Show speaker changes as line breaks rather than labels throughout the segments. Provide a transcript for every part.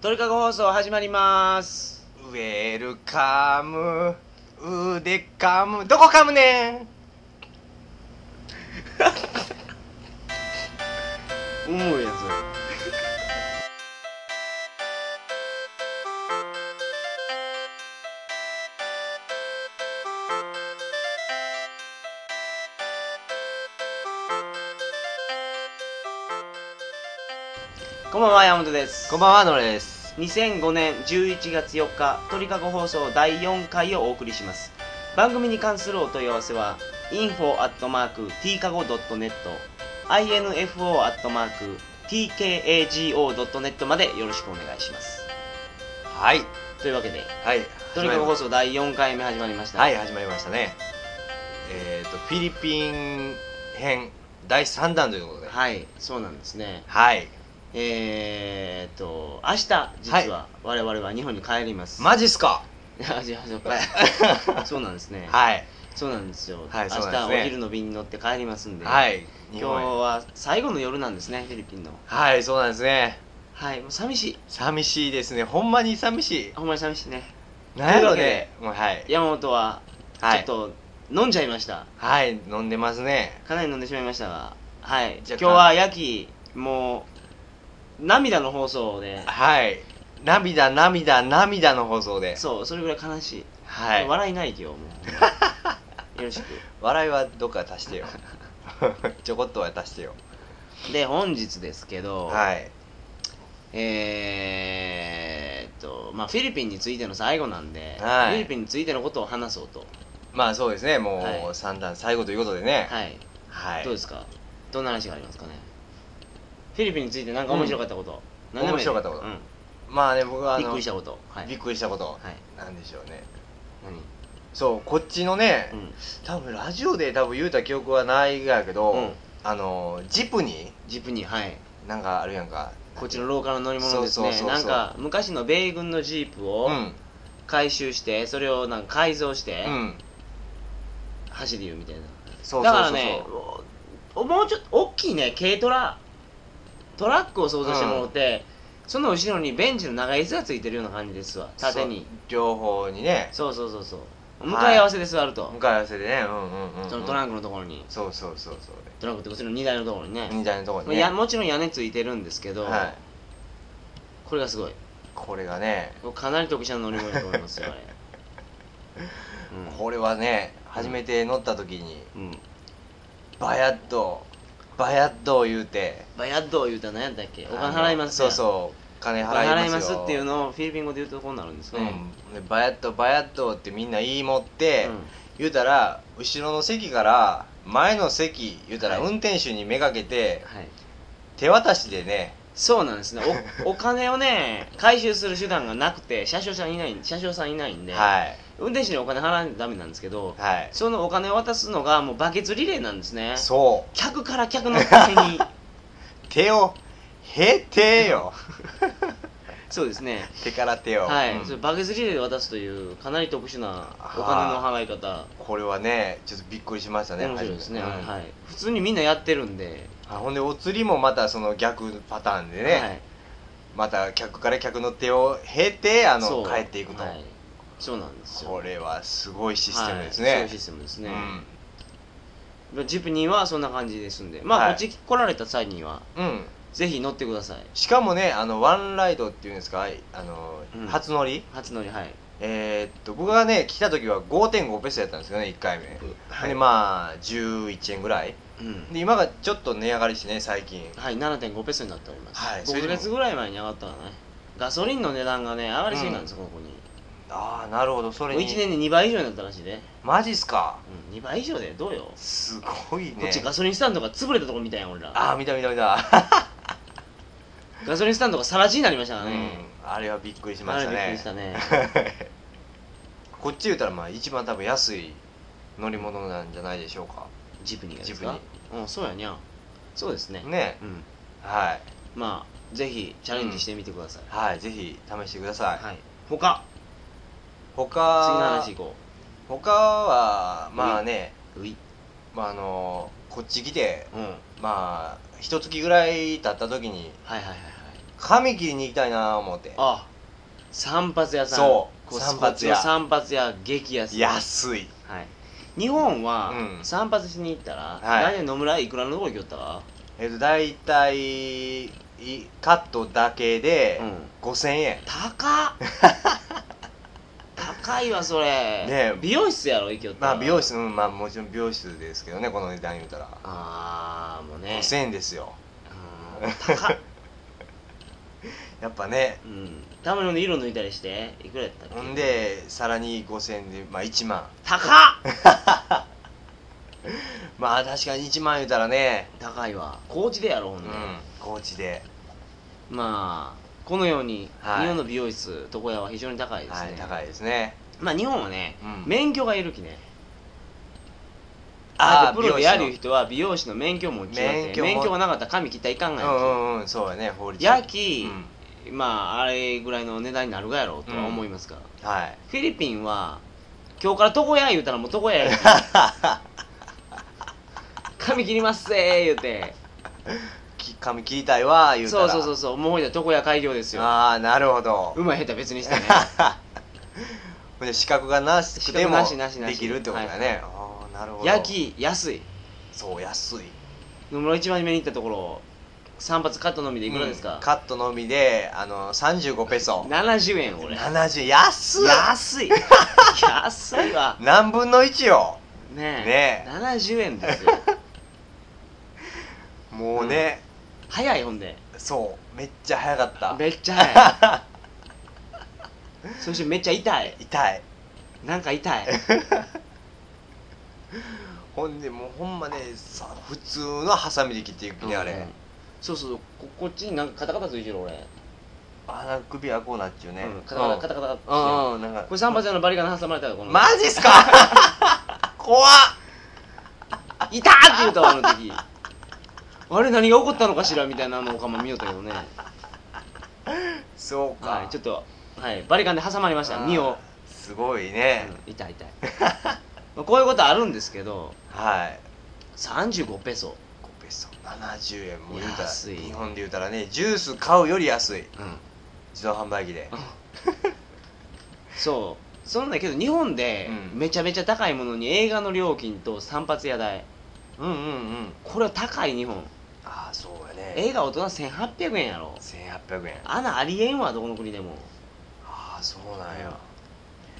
鳥かご放送始まります
ウェルカム腕カムどこ噛むねん 思うや
こんばんは山本です
こんばんはノレです
2005年11月4日鳥かご放送第4回をお送りします番組に関するお問い合わせは info.tkago.net info.tkago.net までよろしくお願いします
はい
というわけで
はい
鳥かご放送第4回目始まりました
はい始まりましたねえっ、とフィリピン編第3弾ということではい、
はいそうなんですねえーっと明日実は我々は日本に帰ります、
マジっすか
いや違う違う そうなんですね
はい
そうなんですよ、
はい
明
そうなんです
日
ね
お昼の便に乗って帰りますんで、
はい
今
日
日
本へ
は最後の夜なんですねフィリピンの
はいそうなんですね
はいもう寂しい
寂しいですねほんまに寂し
ほんまに寂しいね
いなんやろ
という
ねもうはい
山本はちょ
は
っ
い
と飲んじゃいました、
はい飲んでますね
かなり飲んでしまいましたがはい
じゃ
今
あ
日はヤキもう涙の放送で
はい涙涙涙の放送で
そうそれぐらい悲しい、
はい
笑いない 今日もうよろしく
笑いはどっか足して よちょこっとは足してよ
で本日ですけど、
はい
えーっとまあ、フィリピンについての最後なんで、
はい
フィリピンについてのことを話そうと、
まあそうですねもう
はい
3弾最後ということでね
はい
はい
どうですかどんな話がありますかねフィリピンについて何か面白かったこと、何でもいい
面白かったこと
うん
まあね僕はあ
びっ
の
くりしたことはい
びっくりしたこと
はい
なんでしょうね
何
そうこっちのね
うん
多分ラジオで多分言うた記憶はないがやけ
う
ど
ん
あのジプニ
ジプニーはい
ーなんかあるやんか
こっちの廊下の乗り物です
そう
ね
そうそう
な
そう
んか昔の米軍のジープ
う
を
ん
回収して、それをなんか改造して
うん
走りるみたいな、
そうそうそうそう
だからねおもうちょっと大きいね軽トラトラックを想像してもらって、その後ろにベンチの長い椅子がついてるような感じですわ縦に
そう両方にね
そうそうそうそう
い
向かい合わせで座ると、
向かい合わせでねうんうんうんうん
そのトランクのところに
そうそうそうそう
トランクってこっちの荷台のところにね
みたいなとこに
まあ
ね
やもちろん屋根ついてるんですけど、
はい
これがすごい
これがね
僕かなり特殊な乗り物だと思いますよ あれ
これはね初めて乗った時に
うん、うん、
バヤッとバヤッと言うて
バヤッド言うたら何やったっけお金払います
あのそ
やん
うそう金
お
払
金払
い
い
ま
ますす
よ
っていうのをフィリピン語で言うとこうなるんです
うん
ね、
でバヤッとバヤッとってみんな言い持っ
う
て、
ん
言うたら後ろの席から前の席言うたら
はい
運転手にめがけて、
はい
手渡しでね
そうなんですねお お金をね回収する手段がなくて車掌さんいない車掌さんいないんで、
はい
運転手にお金払わないとダメなんですけど
はい
そのお金を渡すのがもうバケツリレーなんですね
そう
客から客のため に
手をへてよ
そうですね
手から手を、
はい、
うん
それバケツリレーで渡すというかなり特殊なお金の払い方
これはねちょっとびっくりしましたね
面白いですね、
初めてうん
はい、普通にみんなやってるんで、
あほんでお釣りもまたその逆パターンでね、
はい、
また客から客の手を経てあの
そう
帰っていくと、
はいそうなんですよ
これはすごいシステムです
はいそうい
ね
う、システムです
う
ね、
ん
ジプニーはそんな感じですんでまあ、
はい
こっち来られた際には
うん、
ぜひ乗ってください
しかもねあのワンライドっていうんですかあの、
うん
初乗り
初乗りはい
えーっと僕がね来た時は5.5ペースやったんですよね1回目、
はい
でまあ11円ぐらい
うん
で今がちょっと値上がりしてね最近
はい、7.5ペースになっております、
はいそれ
5
で
ヶ
も
月ぐらい前に上がったらねガソリンの値段がね上がりすぎなんですよ、ここに
ああなるほどそれ
もう
に
1年で2倍以上になったらしいで、
マジっすか
うん、2倍以上でどうよ
すごいね
こっちガソリンスタンドが潰れたとこみたいやん俺ら
ああ見た見た見た、
ガソリンスタンドが更地になりましたから
う
ね
ん、あれはびっくりしました
あれびっく
ね
りしたね
こっち言うたらまあ一番多分安い乗り物なんじゃないでしょうか
ジプニーがです
ジプ
かうんそうやにゃんそうですね
ね
うん
はい
まあぜひチャレンジしてみてください、
はいぜひ試してください、
はい他次の
他
話いこ
他はまあね、
ううい
まあ、あのこっち来て
うんはい
まあ一月ぐらい経った時に
はいはいはい
髪切りに行きたいな思って
あ散髪屋さん
そう
コス
散
コ
髪
ツの
屋
散髪屋激安
安い
はい日本は
うん
散髪しに行ったら、
はい
大体野村いくらのところ行きよったか
えっと大体いカットだけで
うん
5000円、
高っ 高いわそれ、
ねえ
美容室やろ行きよったら
まあ美容室うんまあもちろん美容室ですけどねこの値段言うたら、
ああもうね
5000円ですよ
うん高っ、
やっぱね
うん、たまに色抜いたりしていくらやったっけ
ほんでさらに5000円でまあ1万
高っ
まあ確かに1万言うたらね
高いわ高知でやろほ
うんん
で、
高知で、
まあこのように、
はい
日本の美容室床屋は非常に高いです
はい
ね、
高いですね
まあ日本はね、
うん
免許がいるきね
あ
あ
ー
プロでやる
美容師
人は美容師の免許も違って
免
免
許
許
も
がなかったら髪切ったらいかんが
のうん
や
うんうんそうやね法
つ
律
やき、
うん
まああれぐらいの値段になるがやろうとは思いますから、
はい
フィリピンは今日から床屋言うたらもう 床屋やき髪切りますぜー言うて
き髪切りたいわ言うた
そ
ら
うそうそうそうもうほいで床屋開業ですよ
ああなるほど
うまい下手別にして ね
ほんで資格がなしくて
資格
も
なしなしなし
できるってことだね、
はいはい
ああなるほど
やき安い
そう安い
野村一番目に行ったところ散髪カットのみでいくらです
うん
か、
カットのみであの35ペソ
70円俺
70安っ
安 い安いわ
何分の1よ
ねえ
ねえ
70円ですよ
もうね、
早いほんで
そうめっちゃ早かった
めっちゃ 早いそしてめっちゃ痛い
痛い
なんか痛い
ほんでもうほんまねさ普通のハサミで切っていくね、あ
うん
れ
そうそうここっちになんかカタカタついてる俺、
あなんか首はこうなっちゅうね、
うん、カタカタカタカタってして
う
る
んうんなんか
これ散髪屋のバリカン挟まれたらこの
マジっすか 怖っ
痛ーって言うたわあの時あれ何が起こったのかしらみたいなのをかも見よったけどね
そうか、
はいちょっとはいバリカンで挟まりました
あー
身を、
すごいね、
うん痛い痛い まあこういうことあるんですけど
はい
35ペソ
コペソ70円もう言うたら
安い
日本で言うたらねジュース買うより安い
うん
自動販売機で
そうそんだけど日本で
うん
めちゃめちゃ高いものに映画の料金と散髪屋代
うんうんうん
これは高い日本
ああそうやね
映画大人1800円やろ
1800円あ
あなありえんわどこの国でも
あそうなんや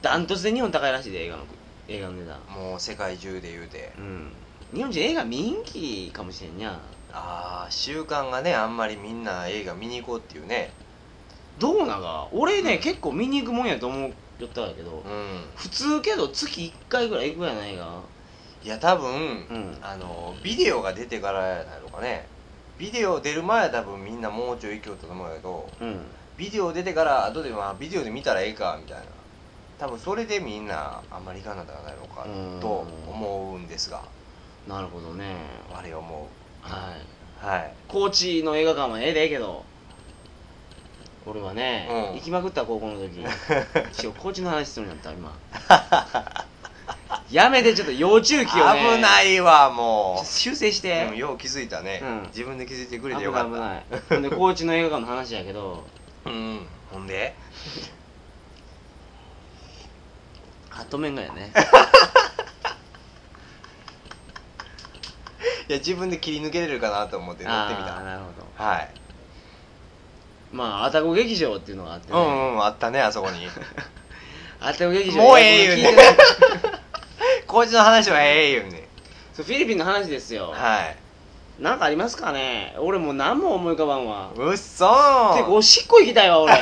ダントツで日本高いらしいで映画の映画の値段
もう世界中で言うて
うん日本人映画見んきかもしれんにゃ
ああ習慣がねあんまりみんな映画見に行こうっていうね
どうなが俺ね、結構見に行くもんやと思うよったんやけど、
うん
普通けど月1回ぐらい行くやないか
いや多分、
うん
あのビデオが出てからやないのかねビデオ出る前は多分みんなもうちょい行きよったと思うんやけど
うん
ビデオ出てから後でまあビデオで見たらええかみたいな多分それでみんなあんまり行かなかったんじゃないのか
うん
と思うんですが
なるほどね
我思
はい
はい
高知の映画館はええでええけど俺はね、
うん
行きまくった高校の 時一応高知の話するようになった今やめてちょっと幼虫期をね
危ないわ
ちょっ
も
と修正し
う
て
でもよう気づいたね、
うん
自分で気づいてく
危
れ
な
て
い
よ
危
かった
ないほんで高知の映画館の話やけど
うんほんで
ハットメンが やね
いや自分で切り抜けれるかなと思って乗ってみ
あー
た
なるほど
はい、
まあアタゴ劇場っていうのがあって
う
ね、
んうんあったねあそこ に
アタゴ劇場
もうええ言う
英
ね
語の聞いてない
工事の話はええよね
そうフィリピンの話ですよ、
はい
なんかありますかね俺もう何も思い浮かばんわ
うっそ
てか
ー
おしっこ行きたいわ俺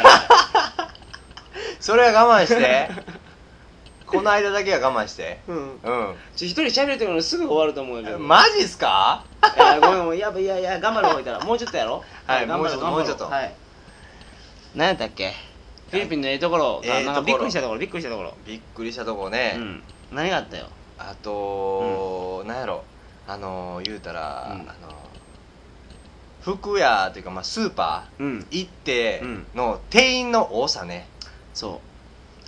それは我慢して この間だけは我慢して
うん
う
ちょ一人喋るところすぐ終わると 思うけど。
んマジっすか
いやごめん、もうやばいやいや、頑張る方がいいから、もうちょっとやろ。
はい
頑張ろう頑張ろ
もうちょっともうちょっと
はい。何やったっけフィリピンのええところが、
ええ
なん
と
か
ころ
びっくりしたところ、びっくりしたところ。
びっくりしたとこ
う
ね、
ん。何があったよ。
あと、なんやろあのー言うたら、
うん
あのー服屋っていうか、まあ、スーパ
うん。
ー行って
うん
の店員の多さね、
そ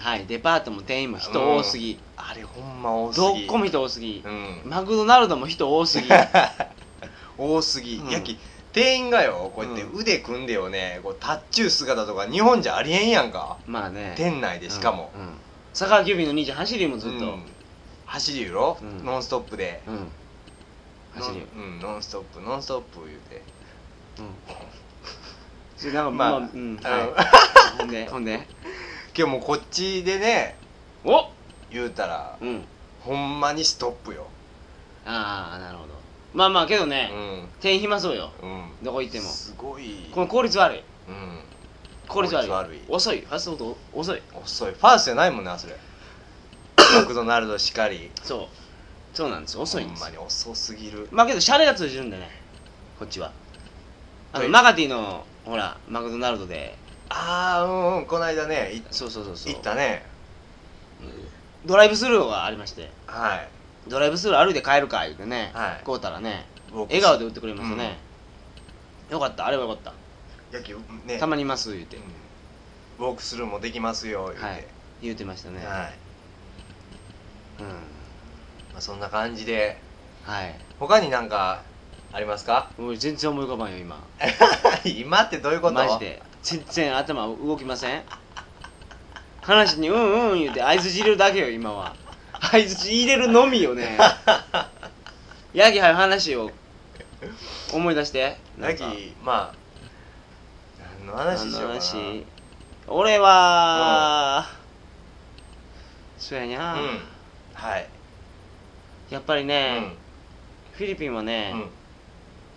う。はい、デパートも店員も人多すぎ。
あれほんま多す
どっ
ぎ
こも人多すぎ
う。ん
マクドナルドも人多すぎ。
多すぎ、
うん
やき店員がよこうやって
う
腕組んでよね、こうタッチュー姿とか日本じゃありえんやんか
まあね
店内でしかも、
うんうん坂急便の兄ちゃん走りもずっと、う
うん走りよろ、
うん
ノンストップで
ん走りよ、
ノンうんノンストップノンストップ言うて
うん、なんかま
まあ
あ、うん
あの
はい、ほ んでほんで
今日もうこっちでね
お
言うたら、
うん
ほんまにストップよ
ああなるほどまあまあけどね、店員暇そうよ
うんうん
どこ行っても
すごい
この効率悪い
うん
効率悪い
効率悪い
遅いファストフード遅い
遅いファーストじゃないもんなそ れマクドナルドしかり
そうそうなんですよ遅いんです
ほんま
よ
に遅すぎる
まあけどシャレが通じるんでねこっちはあ
は
の
い
マガティのほらマクドナルドで
ああうんうんこの間ねい
そうそうそうそう
行ったね
ドライブスルーがありまして
はい
ドライブスルー歩いて帰るか言うてね、
はい
こうたらね
僕
笑顔で売ってくれましたね、よかったあれはよかった
野球ね
たま
に
にいます言うて
ウォークスルーもできますよ言うて
はい言うてましたね
はい
うん
まあ、そんな感じで
はい
他になんかありますか
俺全然思い浮かばんよ今
今ってどういうこと
マジで全然頭動きません話にうんうん言うて相づち入れるだけよ今は相づち入れるのみ よねヤギはい話を思い出して
なきまあ何の話しようかな
話俺はそうやにゃ、
うんはい
やっぱり
う
ね、
ん、
フィリピンはね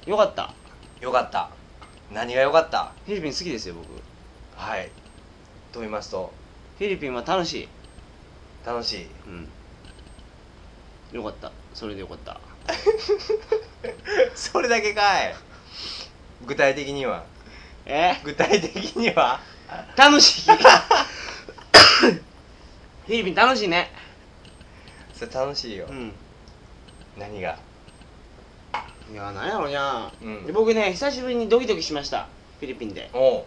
う、ん、
よかった
よかった何がよかった
フィリピン好きですよ僕フ
はいと言いますと
ィリピンは楽しい
楽しい
うんよかったそれでよかった
それだけかい具体的には
え
具体的には
楽 しいフィリピン楽しいね
それ楽しいよ、
ん
何が
いやなんやろうにゃ、
うん
で僕ね久しぶりにドキドキしましたフィリピンで
おう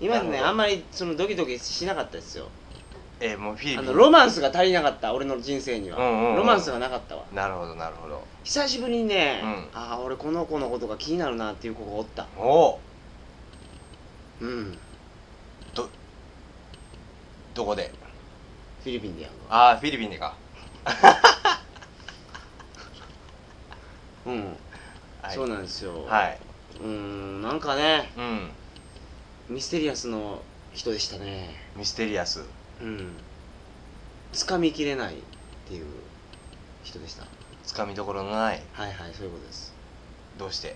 今まで
なる
ね
ほど
あんまりそのドキドキしなかったですよ
えーもうフィリピン
あのロマンスが足りなかった俺の人生には、
うんうんうん
ロマンスがなかったわ
なるほどなるほど
久しぶりにね、
うん
ああ俺この子のことが気になるなっていう子がおった
おう
うん
どどこで
フィリピンでやんか
ああフィリピンでか、
うん、
はい、
そうなんですよ、
はい、
うーんなんかね
うん、
ミステリアスの人でしたね
ミステリアス
うんつかみきれないっていう人でした
つかみどころのない
はいはいそういうことです
どうして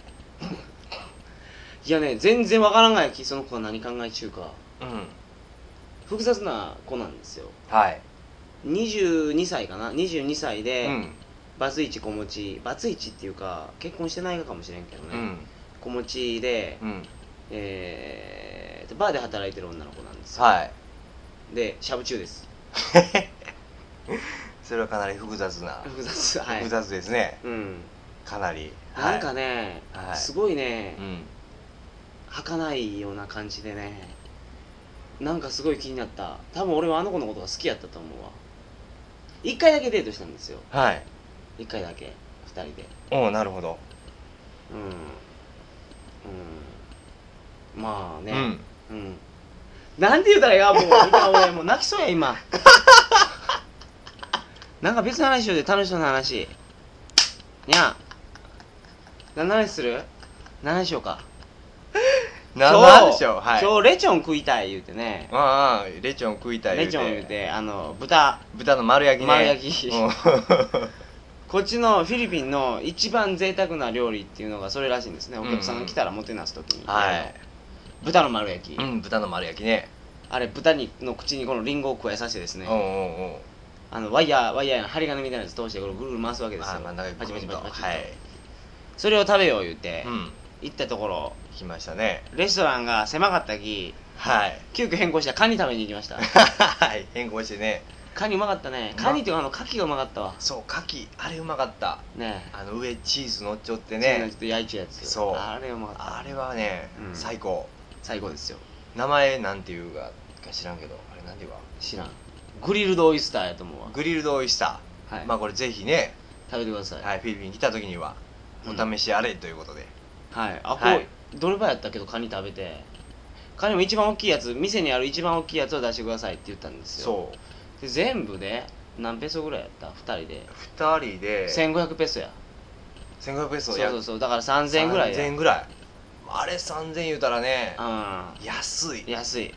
いやね全然わからんがやきその子は何考え中か
うん
複雑な子なんですよ
はい
22歳かな22歳
う
で、
ん
バツイチ子持ちバツイチっていうか結婚してないかもしれんけどね、
うん
子持ちで、
うん
えー、バーで働いてる女の子なんですよ、
はい
でしゃぶ中です
それはかなり複雑な
複雑はい
複雑ですね
うん
かなりはい
なんかね、
はい
すごいね、
うん
儚いような感じでねなんかすごい気になった多分俺はあの子のことが好きやったと思うわ一回だけデートしたんですよ
はい
一回だけ二人で
おうなるほど
うんうんまあ
う
ね
ん
うん、なんて言うたらいいかもう今俺もう泣きそうや今 なんか別の話しようで楽しそうな話にゃん何の話する何の話しようか
な
今日
なんでしょうはい
今日レチョン食いたい言うてね
ああレチョン食いたい
レチョン言うてあの豚
豚の丸焼きね
丸焼き
うん
こっちのフィリピンの一番贅沢な料理っていうのがそれらしいんですねお客さんが来たらもてなす時に、
はい
豚の丸焼き、
うん豚の丸焼きね
あれ豚にの口にこのリンゴを加えさせてです
う
ね、
んうんうん
あのワイヤーワイヤーの針金みたいなやつ通してこれぐるぐる回すわけですよ
あ真ん中に
パチパチパチパチ
は
パチ
い
それを食べよう言うて、
うん
行ったところ
来ましたね
レストランが狭かったき
はい
急遽変更してカニ食べに行きました
はい変更してね
カニうまかったねカニっていうかあのカキがうまかったわ
そう牡蠣あれうまかった
ね
あの上チーズ乗っちょって
え
ね
ちょっと焼いちゃうやつ
そう
あれうまかった
あれはね
うん
最高
最高ですよ
名前なんていうかか知らんけどあれなんていうか
知らんグリルドオイスターやと思うわ
グリルドオイスタ
は
ー
い、
まあこれぜひね
食べてください、
はいフィリピン来た時には
う
お
ん
試しあれということで
はいあこ
はいう
どればいやったけどカニ食べてカニも一番大きいやつ店にある一番大きいやつを出してくださいって言ったんですよ
そう
で全部で何ペソぐらいやった2人で
2人で
1500ペソや
1500ペ
そ
ソ
う
や
そうそうだから3000円ぐらい
3000
や
円ぐらいあれ3000言うたらね
う
安い
ん安い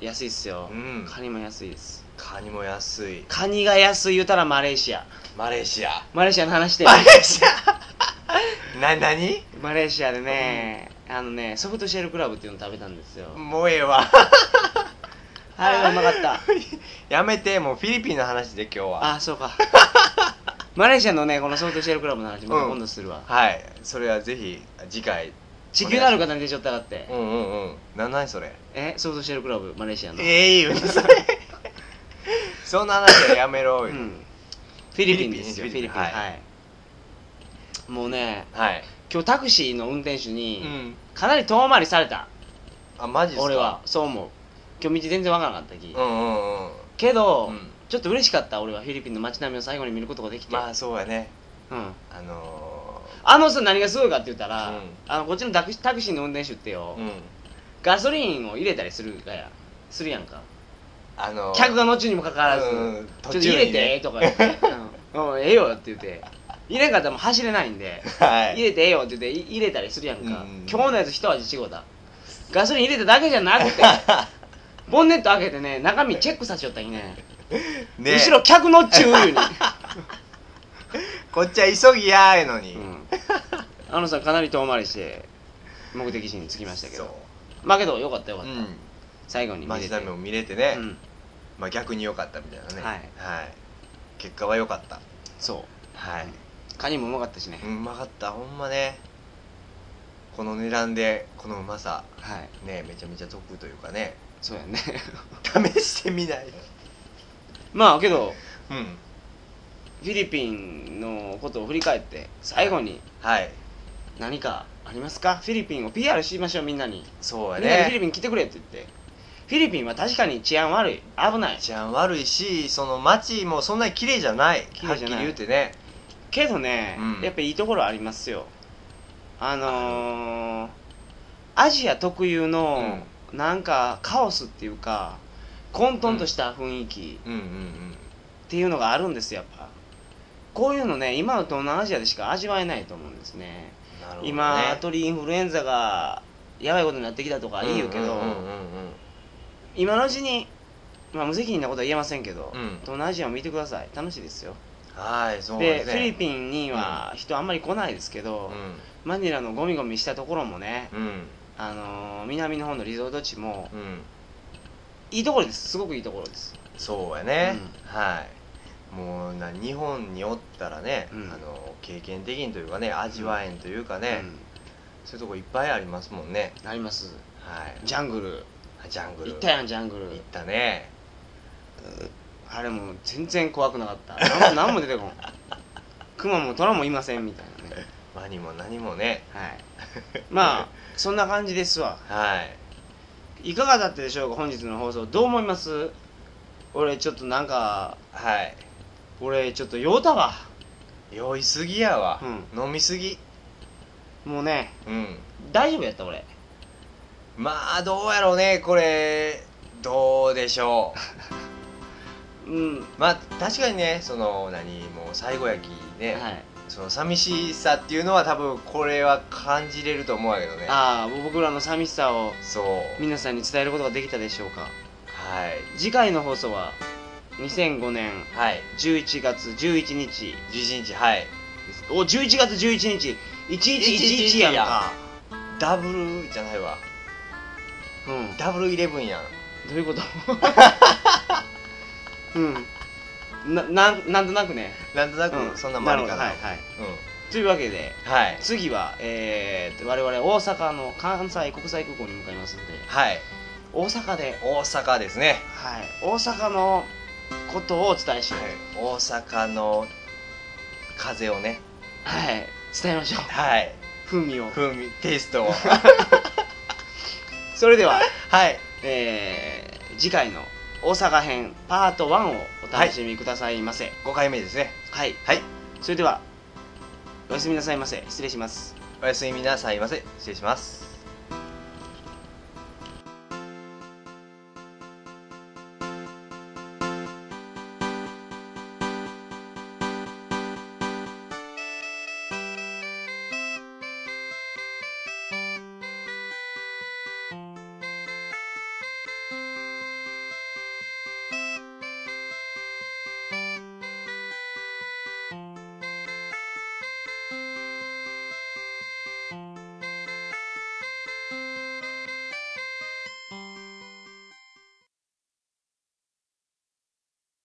安いっすよ
う、ん
カニも安いです
カニも安い
カニが安い言うたらマレーシア
マレーシア
マレーシアの話で
マレーシアな何
マレーシアでね、あのねソフトシェルクラブっていうの食べたんですよ
もうええわ
あれがうまかった
やめてもうフィリピンの話で今日は
あそう かマレーシアのねこのソフトシェルクラブの話また今度するわ、
はいそれはぜひ次回
地球のある方に出ちゃったかって、
うんうんうんなんなんそれ
えソフトシェルクラブマレーシアの、
ええ言うねそれ そんな話はやめろ
う
よ、
ん、フィリピンですよ
フ
フ
ィリ
ィリ
ピ
ピ
ン
ン
は
はいい、もうね
はい、
今日タクシーの運転手
う
に、
ん、
かなり遠回りされた
あマジっすか
俺はそう思う今日道全然わからなかったき、
うんうんうん
けど、
うん
ちょっと嬉しかった俺はフィリピンの街並みを最後に見ることができて、
まあそうやね
うん、
あの
あのさ何がすごいかって言ったら、
うん
あのこっちのタクシータクシーの運転手ってよ、
ー、うん
ガソリンを入れたりするがやするやんか
あのー、
客が後にもかかわらず、
うん
ちょっと入れてとか言って、 うんうんええよって言って入れんかったらもう走れないんで
は
入
い
れてええよって言ってい入れたりするやんか、
うん
今日のやつ一味違うだガソリン入れただけじゃなくてボンネット開けてね中身チェックさせよったりね
ね
後ろ客のっちゅう言う に、
こっちは急ぎやーえのに、
うんあのさんかなり遠回りして目的地に着きましたけど
そ
まあけどよかったよ
う
かった、
う
最後に
ん
見
マ
れ
ジ
て
ダメも見れてね、
うん、
まあ逆に良かったみたいなね
はい
結果は良かった
そ
はい、
うカニもうまかったしね、
うまかったほんまねこの値段でこのうまさ
はい
ねめちゃめちゃ得というかね
そうやね
試してみない
まあけど
うん
フィリピンのことを振り返って最後に
はい
何かありますかフィリピンを PR しましょうみんなに
そうや
みんなにフィリ
ね
ピン来てくれって言ってフィリピンは確かに治安悪い危ない
治安悪いしその街もそんなに綺麗じゃない
綺麗じゃない
はっきり言うてね
けどね、
うん
やっぱいいところありますよあのー、アジア特有のなんかカオスっていうか混沌とした雰囲気
うんうんうん
っていうのがあるんですよやっぱこういうのね今の東南アジアでしか味わえないと思うんですね
なるほどね
今鳥インフルエンザがやばいことになってきたとかいいよけど、
うんうん
今のうちに、まあ、無責任なことは言えませんけど、
うんうんうん
東南アジアを見てください楽しいですよ
はいそう
で,、
ですね
フィリピンには人あんまり来ないですけど、マニラのゴミゴミしたところもね、
うんうん
あのー南の方のリゾート地も
うん
いいところですすごくいいところです
そうやね、はいもうな日本におったらね、
うん
あの経験的にというかね味わえんというかね、そういうとこいっぱいありますもんね
うん、あります
はい
ジャングル
ジャングル
行ったやんジャング
行っ
ル
たね
あれもう全然怖くなかった何も何も出 てこんクマもトラもいませんみたいなね
ワニも何もね
はい、 まあそんな感じですわ
はい
いかがだったでしょうか本日の放送どう思います俺ちょっとなんか
はい
俺ちょっと酔うたわ
酔いすぎやわ、飲みすぎ
もうね
うん
大丈夫やった俺
まあどうやろうねこれどうでしょう
うん
まあ確かにねその何もう最後やきね、
はい
その寂しさっていうのは多分これは感じれると思うけどね
ああ僕らの寂しさを
そう
皆さんに伝えることができたでしょうか
はい
次回の放送は2005年
はい
11月11日
11日はい
ですお11月11日1111やんか
ダブルじゃないわ
うん
ダブルイレブンやん
どういうこと うんななんなんとなくね、
なんとな
う
くそんなもんありかな
る
う
ほ
ん
どはいはいというわけで
はい
次は、えー、我々大阪の関西国際空港に向かいますので
はい
大阪で、
大阪ですね
はい、大阪のことをお伝えしよう
大阪の風をね
はい、伝えましょう
はい
風味を
風味テイス トを
それ では、
はい
えー、次回の大阪編パート1をお楽しみくださいませ
5回目ですね
はい、
はい
それではおやすみなさいませ失礼します
おやすみおやすみなさいませ失礼します